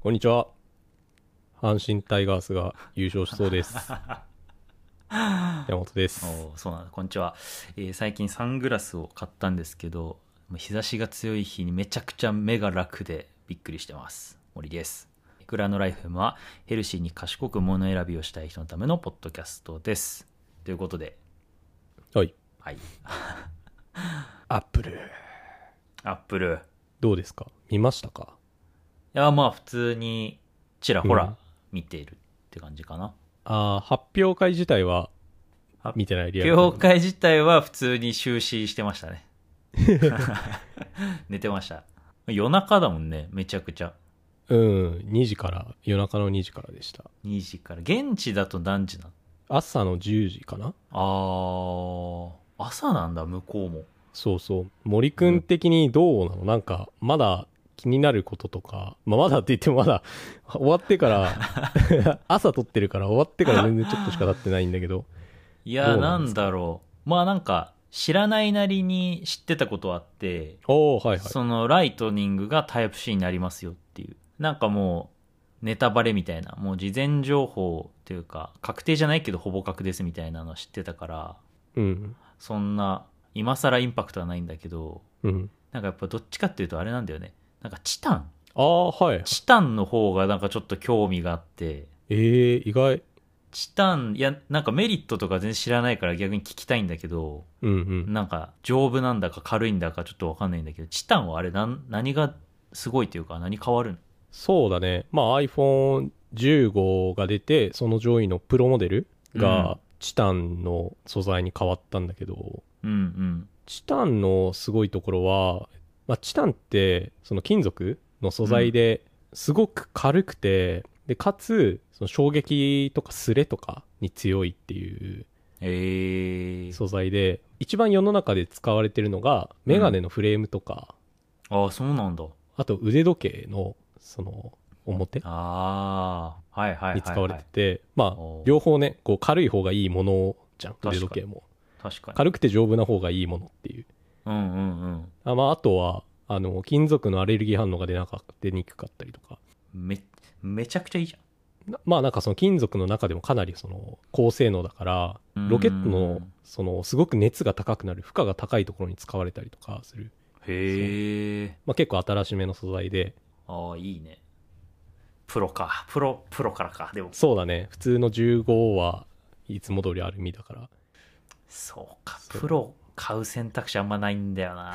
こんにちは。阪神タイガースが優勝しそうです。山本です。おーそうなんだこんにちは、えー最近サングラスを買ったんですけど日差しが強い日にめちゃくちゃ目が楽でびっくりしてます森ですグラノライフはヘルシーに賢く物選びをしたい人のためのポッドキャストですということではい。はいアップル。アップルいどうですか見ましたかやまあ普通にちらほうんら見ているって感じかな、あー発表会自体はあ見てないリアルタイム業界自体は普通に就寝して ましたね寝てました夜中だもんねめちゃくちゃうん。2時から、夜中の2時からでした。 2時から現地だと何時なの朝の10時かなあー朝なんだ向こうもそうそう。森くん的にどうなのなんか、まだ気になることとか、まあ、まだって言ってもまだ 終わってから、朝撮ってるから終わってから全然ちょっとしか経ってないんだけど。いどやうななんですんだろうまあなんか知らないなりに知ってたことあって、おー、はいはい。そのライトニングがタイプ C になりますよっていうなんかもうネタバレみたいなもう事前情報というか確定じゃないけどほぼ確ですみたいなの知ってたからうん。そんな今更インパクトはないんだけどうん。なんかやっぱどっちかっていうとあれなんだよねなんかチタンああ、はい。チタンの方がなんかちょっと興味があってええ意外。チタンいやなんかメリットとか全然知らないから逆に聞きたいんだけどうんうん。なんか丈夫なんだか軽いんだかちょっとわかんないんだけどチタンはあれなん何がすごいというか何変わるのそうだね。まあ iPhone15 が出て、その上位のプロモデルがチタンの素材に変わったんだけど、うんうんチタンのすごいところは、まあ、チタンってその金属の素材ですごく軽くて、でかつその衝撃とかスレとかに強いっていうえー、素材で一番世の中で使われてるのがメガネのフレームとか、ああそうなんだあと腕時計のその表ああはいはいはい、に使われはてい、て、まあおー両方ねこう軽い方がいいものじゃんかに腕時計も確かに軽くて丈夫な方がいいものっていううんうんうんあ,、まあ、あとはあの金属のアレルギー反応が出なか出にくかったりとかめめちゃくちゃいいじなまあなんかその金属の中でもかなりその高性能だからゃんロケットうのんそのすごく熱が高くなる負荷が高いところに使われたりとかする、へえまあ、結構新しめの素材でああいいねプロかプロプロからかでもそうだね普通の15はいつも通りアルミだからそうかそうプロ買う選択肢あんまないんだよな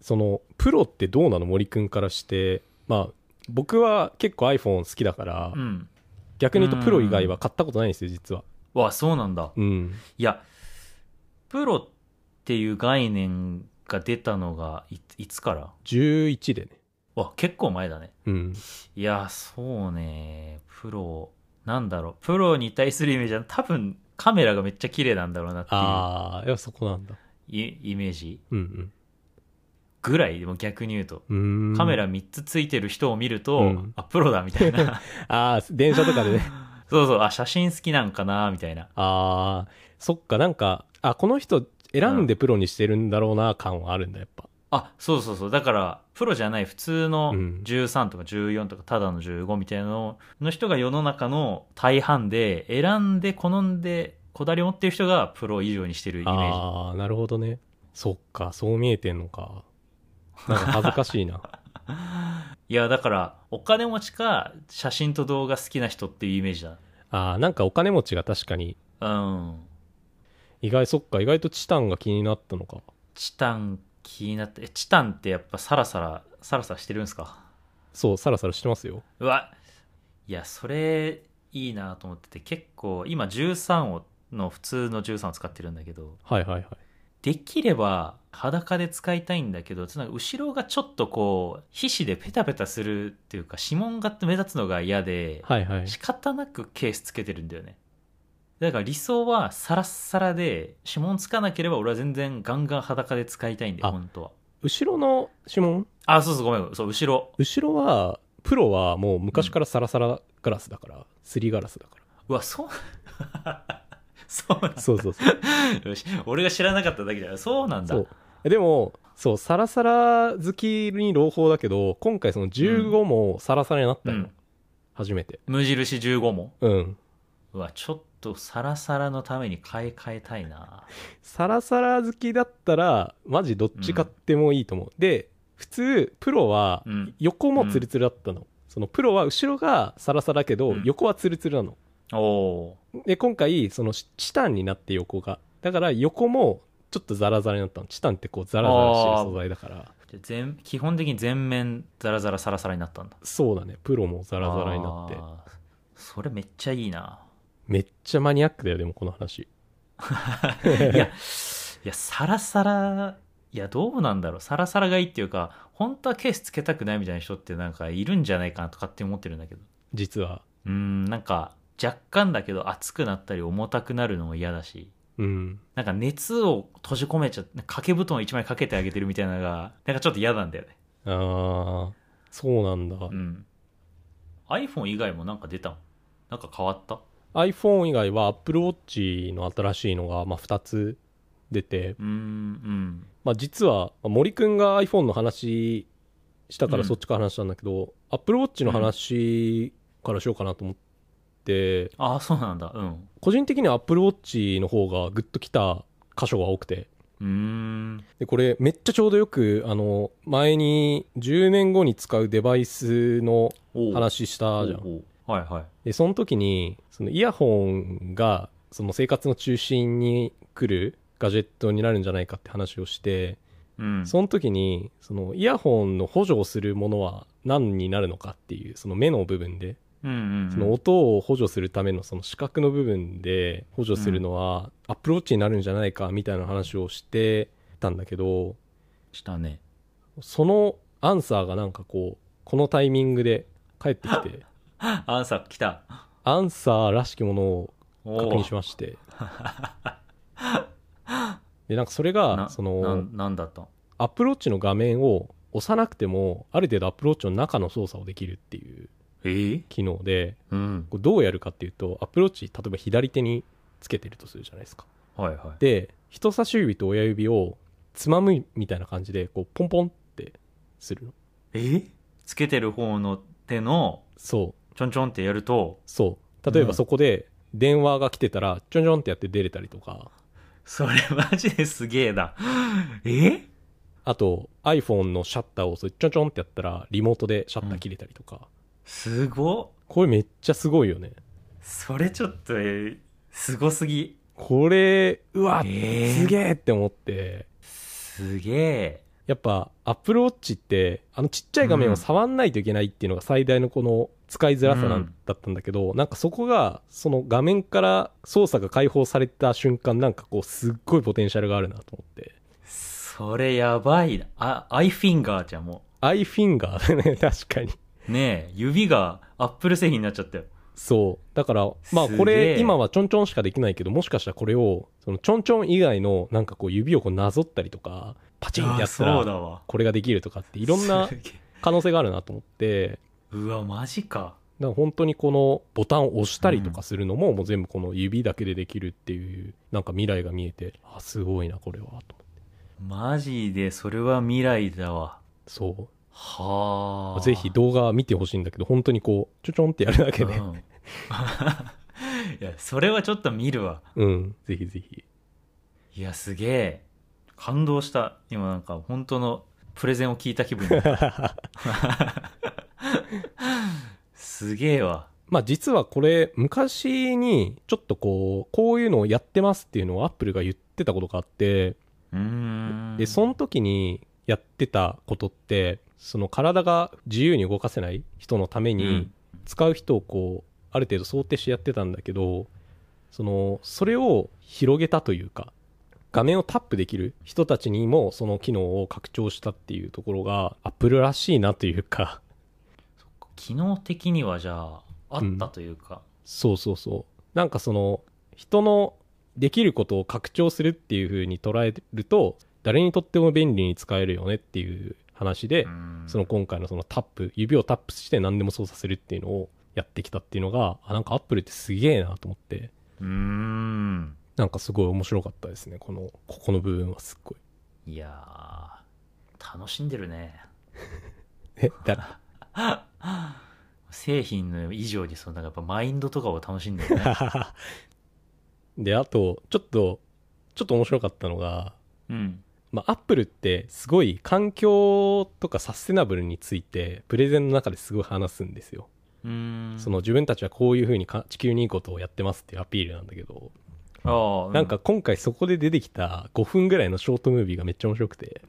そのプロってどうなの森くんからしてまあ僕は結構 iPhone 好きだから、うん逆に言うとプロ以外は買ったことないんですよ実はわそうなんだうんいやプロっていう概念が出たのがいいつから11でねわ結構前だねうんいやそうねプロなんだろうプロに対するイメージは多分カメラがめっちゃ綺麗なんだろうなってああいやそこなんだいうイイメージうんぐらいでも逆に言うとうんうーんカメラ3つついてる人を見ると、うんあプロだみたい なああ電車とかで ねそうそうあ写真好きなんかなみたいなあーそっかなんかあこの人選んでプロにしてるんだろうな感はあるんだやっぱあそうそうそうだからプロじゃない普通のうん13とか14とかただの15みたいなのの人が世の中の大半で選んで好んでこだわりを持ってる人がプロ以上にしてるイメージああなるほどねそっかそう見えてんのかなんか恥ずかしい ないやだからお金持ちか写真と動画好きな人っていうイメージだあーなんかお金持ちが確かにうん意外そっか意外とチタンが気になったのかチタン気になってえチタンってやっぱサラサラサラサラしてるんですかそうサラサラしてますようわいやそれいいなと思ってて結構今13をの普通の13を使ってるんだけどはいはいはいできれば裸で使いたいんだけどつまり後ろがちょっとこう皮脂でペタペタするっていうか指紋が目立つのが嫌で、はいはい仕方なくケースつけてるんだよねだから理想はサラッサラで指紋つかなければ俺は全然ガンガン裸で使いたいんだあよ本当は後ろの指紋あそうそうごめんそう後ろ後ろはプロはもう昔からサラサラガラスだから、すりガラスだかうわそう そうなんだらそうそうそう よし俺が知らなかっただけじゃないそうなんだそうでもそうサラサラ好きに朗報だけど今回その15もサラサラになったうの、ん。初めて無印15も。うんうわ、ちょっとサラサラのために買い替えたいな。サラサラ好きだったらマジどっち買ってもいいと思う、で普通プロはうん横もツルツルだったの、そのプロは後ろがサラサラだけどうん横はツルツルなの、おおで今回そのチチタンになって横がだから横もちょっとザラザラになったのチタンってこうザラザラしてる素材だからー。じゃあ全基本的に全面ザラザラサラサラになったんだ。そうだねプロもザラザラになってあーそれめっちゃいいな。めっちゃマニアックだよでもこの話いや、いや、サラサラ、いや、どうなんだろう。サラサラがいいっていうか、本当はケースつけたくないみたいな人ってなんかいるんじゃないかなと勝手に思ってるんだけど。実はうーん、なんか、若干だけど熱くなったり重たくなるのも嫌だし、うんなんか熱を閉じ込めちゃって、掛け布団を一枚かけてあげてるみたいなのが、なんかちょっと嫌なんだよね。ああそうなんだ、うん。iPhone 以外もなんか出たのなんか変わった iPhone 以外は Apple Watch の新しいのが、まあ、2つ出て、うーん、うん。まあ、実はまあ森くんが iPhone の話したかうらんそっちから話したんだけど、Apple Watch の話からしようかなと思って、ああ、そうなんだ。うん。個人的には Apple Watch の方がグッときた箇所が多くてうーん。でこれめっちゃちょうどよくあの前に10年後に使うデバイスのおう話したじゃんおうおうはいはい。でその時にそのイヤホンがその生活の中心に来るガジェットになるんじゃないかって話をしてうん。その時にそのイヤホンの補助をするものは何になるのかっていうその目の部分でうんうんうん、その音を補助するためのその視覚の部分で補助するのはアップローチになるんじゃないかみたいな話をしてたんだけどしたね。 そのアンサーがなんかこうこのタイミングで返ってき てアンサー来た。アンサーらしきものをお確認しまましてでなんかそれがそなのなんだったのアップローチの画面を押さなくてもある程度アップローチの中の操作をできるっていうえー機能でうん。こうどうやるかっていうとアップローチ例えば左手につけてるとするじゃないですかはいはい。で人差し指と親指をつまむみたいな感じでこうポンポンってするのえーつけてる方の手のそうちょんちょんってやると、そう例えうんばそこで電話が来てたらちょんちょんってやって出れたりとかそれマジですげえな。 えーあと iPhone のシャッターをそうちょんちょんってやったらリモートでシャッター切れたりとか、すごっこれめっちゃすごいよねそれちょっと、えーすごすぎ。これうわ、えーすげえって思ってすげえ。やっぱアップルウォッチってあのちっちゃい画面を触んないといけないっていうのが最大のこの使いづらさなんうんだったんだけど、なんかそこがその画面から操作が解放された瞬間なんかこうすっごいポテンシャルがあるなと思ってそれやばいな。あ、アイフィンガーじゃん、もアイフィンガーだね確かにう。ねえ、指がアップル製品になっちゃったよ。そうだからまあすげえこれ今はちょんちょんしかできないけどもしかしたらこれをそのちょんちょん以外のなんかこう指をこうなぞったりとかパチンってやったあそうらだわ。これができるとかっていろんな すげえ可能性があるなと思ってうわ、マジか。だから本当にこのボタンを押したりとかするのも、もう全部この指だけでできるっていうなんか未来が見えてあすごいなこれはと思ってマジで、それは未来だわ。そはうあ。ぜひ動画見てほしいんだけど本当にこうちょちょんってやるだけでうん いや、それはちょっと見るわ。うん、ぜひぜひいや、すげえ。感動した。今なんか、本当のプレゼンを聞いた気分だった。すげえわ。まあ実はこれ昔にちょっとこうこういうのをやってますっていうのをアップルが言ってたことがあってうーん。でその時にやってたことってその体が自由に動かせない人のためうに、ん使う人をこうある程度想定してやってたんだけどそのそれを広げたというか画面をタップできる人たちにもその機能を拡張したっていうところがアップルらしいなというか機能的にはじゃあ、あったというか。そうそうそうなんかその人のできることを拡張するっていう風に捉えると誰にとっても便利に使えるよねっていう話で、うんその今回のそのタップ指をタップして何でも操作するっていうのをやってきたっていうのがあなんかアップルってすげえなと思ってうーん。なんかすごい面白かったですね。この、ここの部分はすっごい。いやー楽しんでるね。 え、だ、製品の以上にそのなんかやっぱマインドとかを楽しん でるね。で、あと、ちょっと、ちょっと面白かったのが、うん。まあ、アップルってすごい環境とかサステナブルについてプレゼンの中ですごい話すんですよ。うーん。その自分たちはこういうふうにか地球にいいことをやってますっていうアピールなんだけど、ああ、なんか今回そこで出てきた5分ぐらいのショートムービーがめっちゃ面白くて、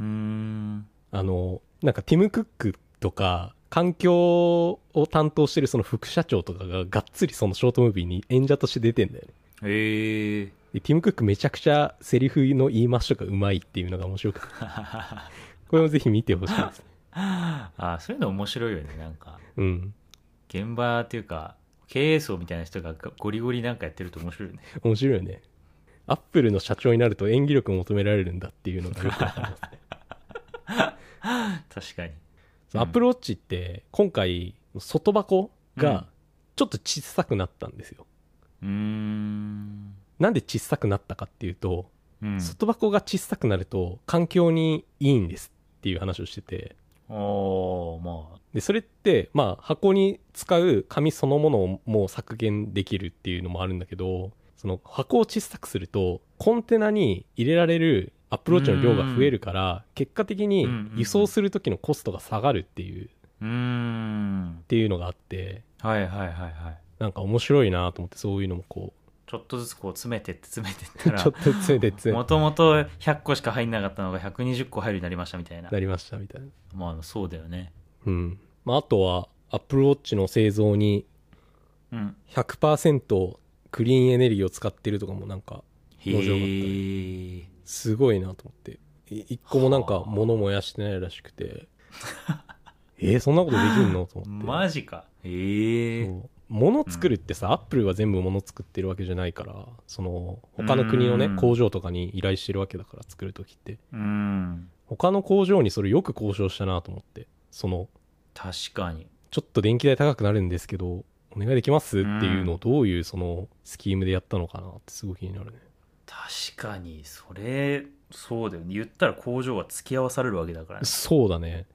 うん。うーん。あの、なんかティム・クックとか環境を担当してるその副社長とかががっつりそのショートムービーに演者として出てんだよね。ええでティム・クックめちゃくちゃセリフの言い回しとかうまいっていうのが面白く て、これもぜひ見てほしいですね。 ああ、そういうの面白いよね。なんか、うん。現場っていうか、経営層みたいな人がゴリゴリなんかやってると面白いよね。 面白いよねアップルの社長になると演技力を求められるんだっていうのがよくわかります確かに。そのアップルウォッチって今回外箱がちょっと小さくなったんですよ、うーん。なんで小さくなったかっていうと、うん。外箱が小さくなると環境にいいんですっていう話をしてておー、まあ。でそれってまあ箱に使う紙そのものをもう削減できるっていうのもあるんだけどその箱を小さくするとコンテナに入れられるアプローチの量が増えるから結果的にうんうんうん輸送する時のコストが下がるっていうっうーん。ていうのがあってはいはいはいはい。なんか面白いなと思ってそういうのもこちょっとずつこう詰めてって詰めてっう ちたょら、っと詰めて詰めもてともと100個しか入んなかったのが120個入るようになりましたみたいな。なりましたみたいな。まああの、そうだよね。うんまあ、あとはアップルウォッチの製造にうん。 100%クリーンエネルギーを使ってるとかもなんかへ面白かったねえ。すごいなと思って。い一個もなんかはあ物燃やしてないらしくて。 えーそんなことできんのと思って。マジか。へえ。そう物作るってさ、アップルは全部物作ってるわけじゃないから、その、他の国のうねん、工場とかに依頼してるわけだから、作るときって。うん。他の工場にそれよく交渉したなと思って。その、確かに。ちょっと電気代高くなるんですけど、お願いできますっていうのをどういうそのスキームでやったのかなってすごい気になるね。確かに。それ、そうだよね。言ったら工場は付き合わされるわけだか らね。そうだね。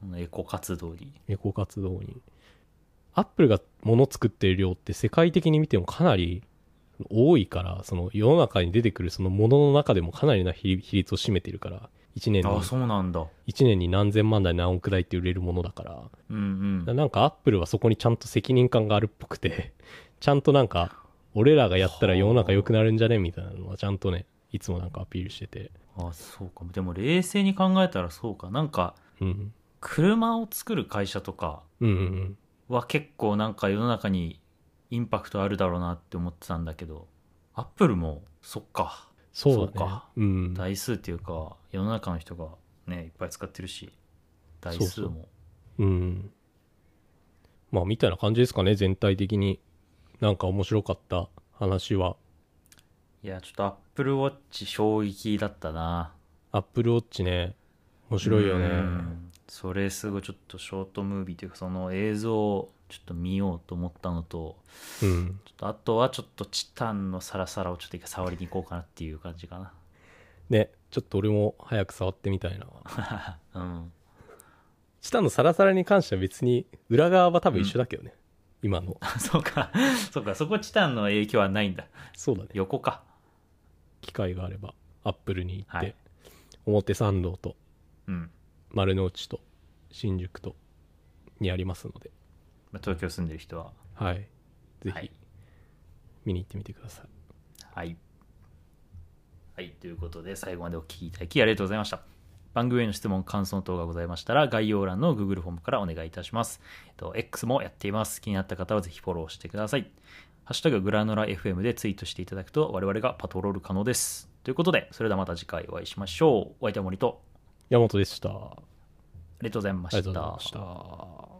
このエコ活動に。エコ活動に。アップルが物作ってる量って世界的に見てもかなり多いから、その世の中に出てくるそのものの中でもかなりな比比率を占めてるから、1年あ、に、そうなんだ。一年に何千万台何億台って売れるものだから、うんうん。なんかアップルはそこにちゃんと責任感があるっぽくて、 ちゃんとなんか、俺らがやったら世の中良くなるんじゃねみたいなのはちゃんとね、いつもなんかアピールしてて。あ、そうか。でも冷静に考えたらそうか。なんか、うん。車を作る会社とかうんうんうん。は結構なんか世の中にインパクトあるだろうなって思ってたんだけど、アップルも、そっか。そうそだうねか。うん。台数っていうか、世の中の人がね、いっぱい使ってるし、台数そうも。うん。まあ、みたいな感じですかね、全体的に。なんか面白かった話は。いや、ちょっとアップルウォッチ衝撃だったな。アップルウォッチね、面白いようね。んそれすごいちょっとショートムービーというかその映像をちょっと見ようと思ったのとうん。ちょっとあとはちょっとチタンのサラサラをちょっと一回触りに行こうかなっていう感じかね、ちょっと俺も早く触ってみたいな。な うんチタンのサラサラに関しては別に、裏側は多分一緒だけどね。今 の。そうかそうかそこチタンの影響はないんだそうだね。横か機会があれば、アップルに行って、はい表参道とうん丸の内と新宿とにありますので、まあ東京住んでる人ははい。ぜはひい、見に行ってみてください。はい。はい、ということで、最後までお聞きいただきありがとうございました。番組への質問、感想等がございましたら、概要欄の Google フォームからお願いいたします。えっと、X もやっています。気になった方はぜひフォローしてください。ハッシュタググラノラ FM でツイートしていただくと、我々がパトロール可能です。ということで、それではまた次回お会いしましょう。お相手は森と、山本でした。ありがとうございまありしがとうございたまし。た。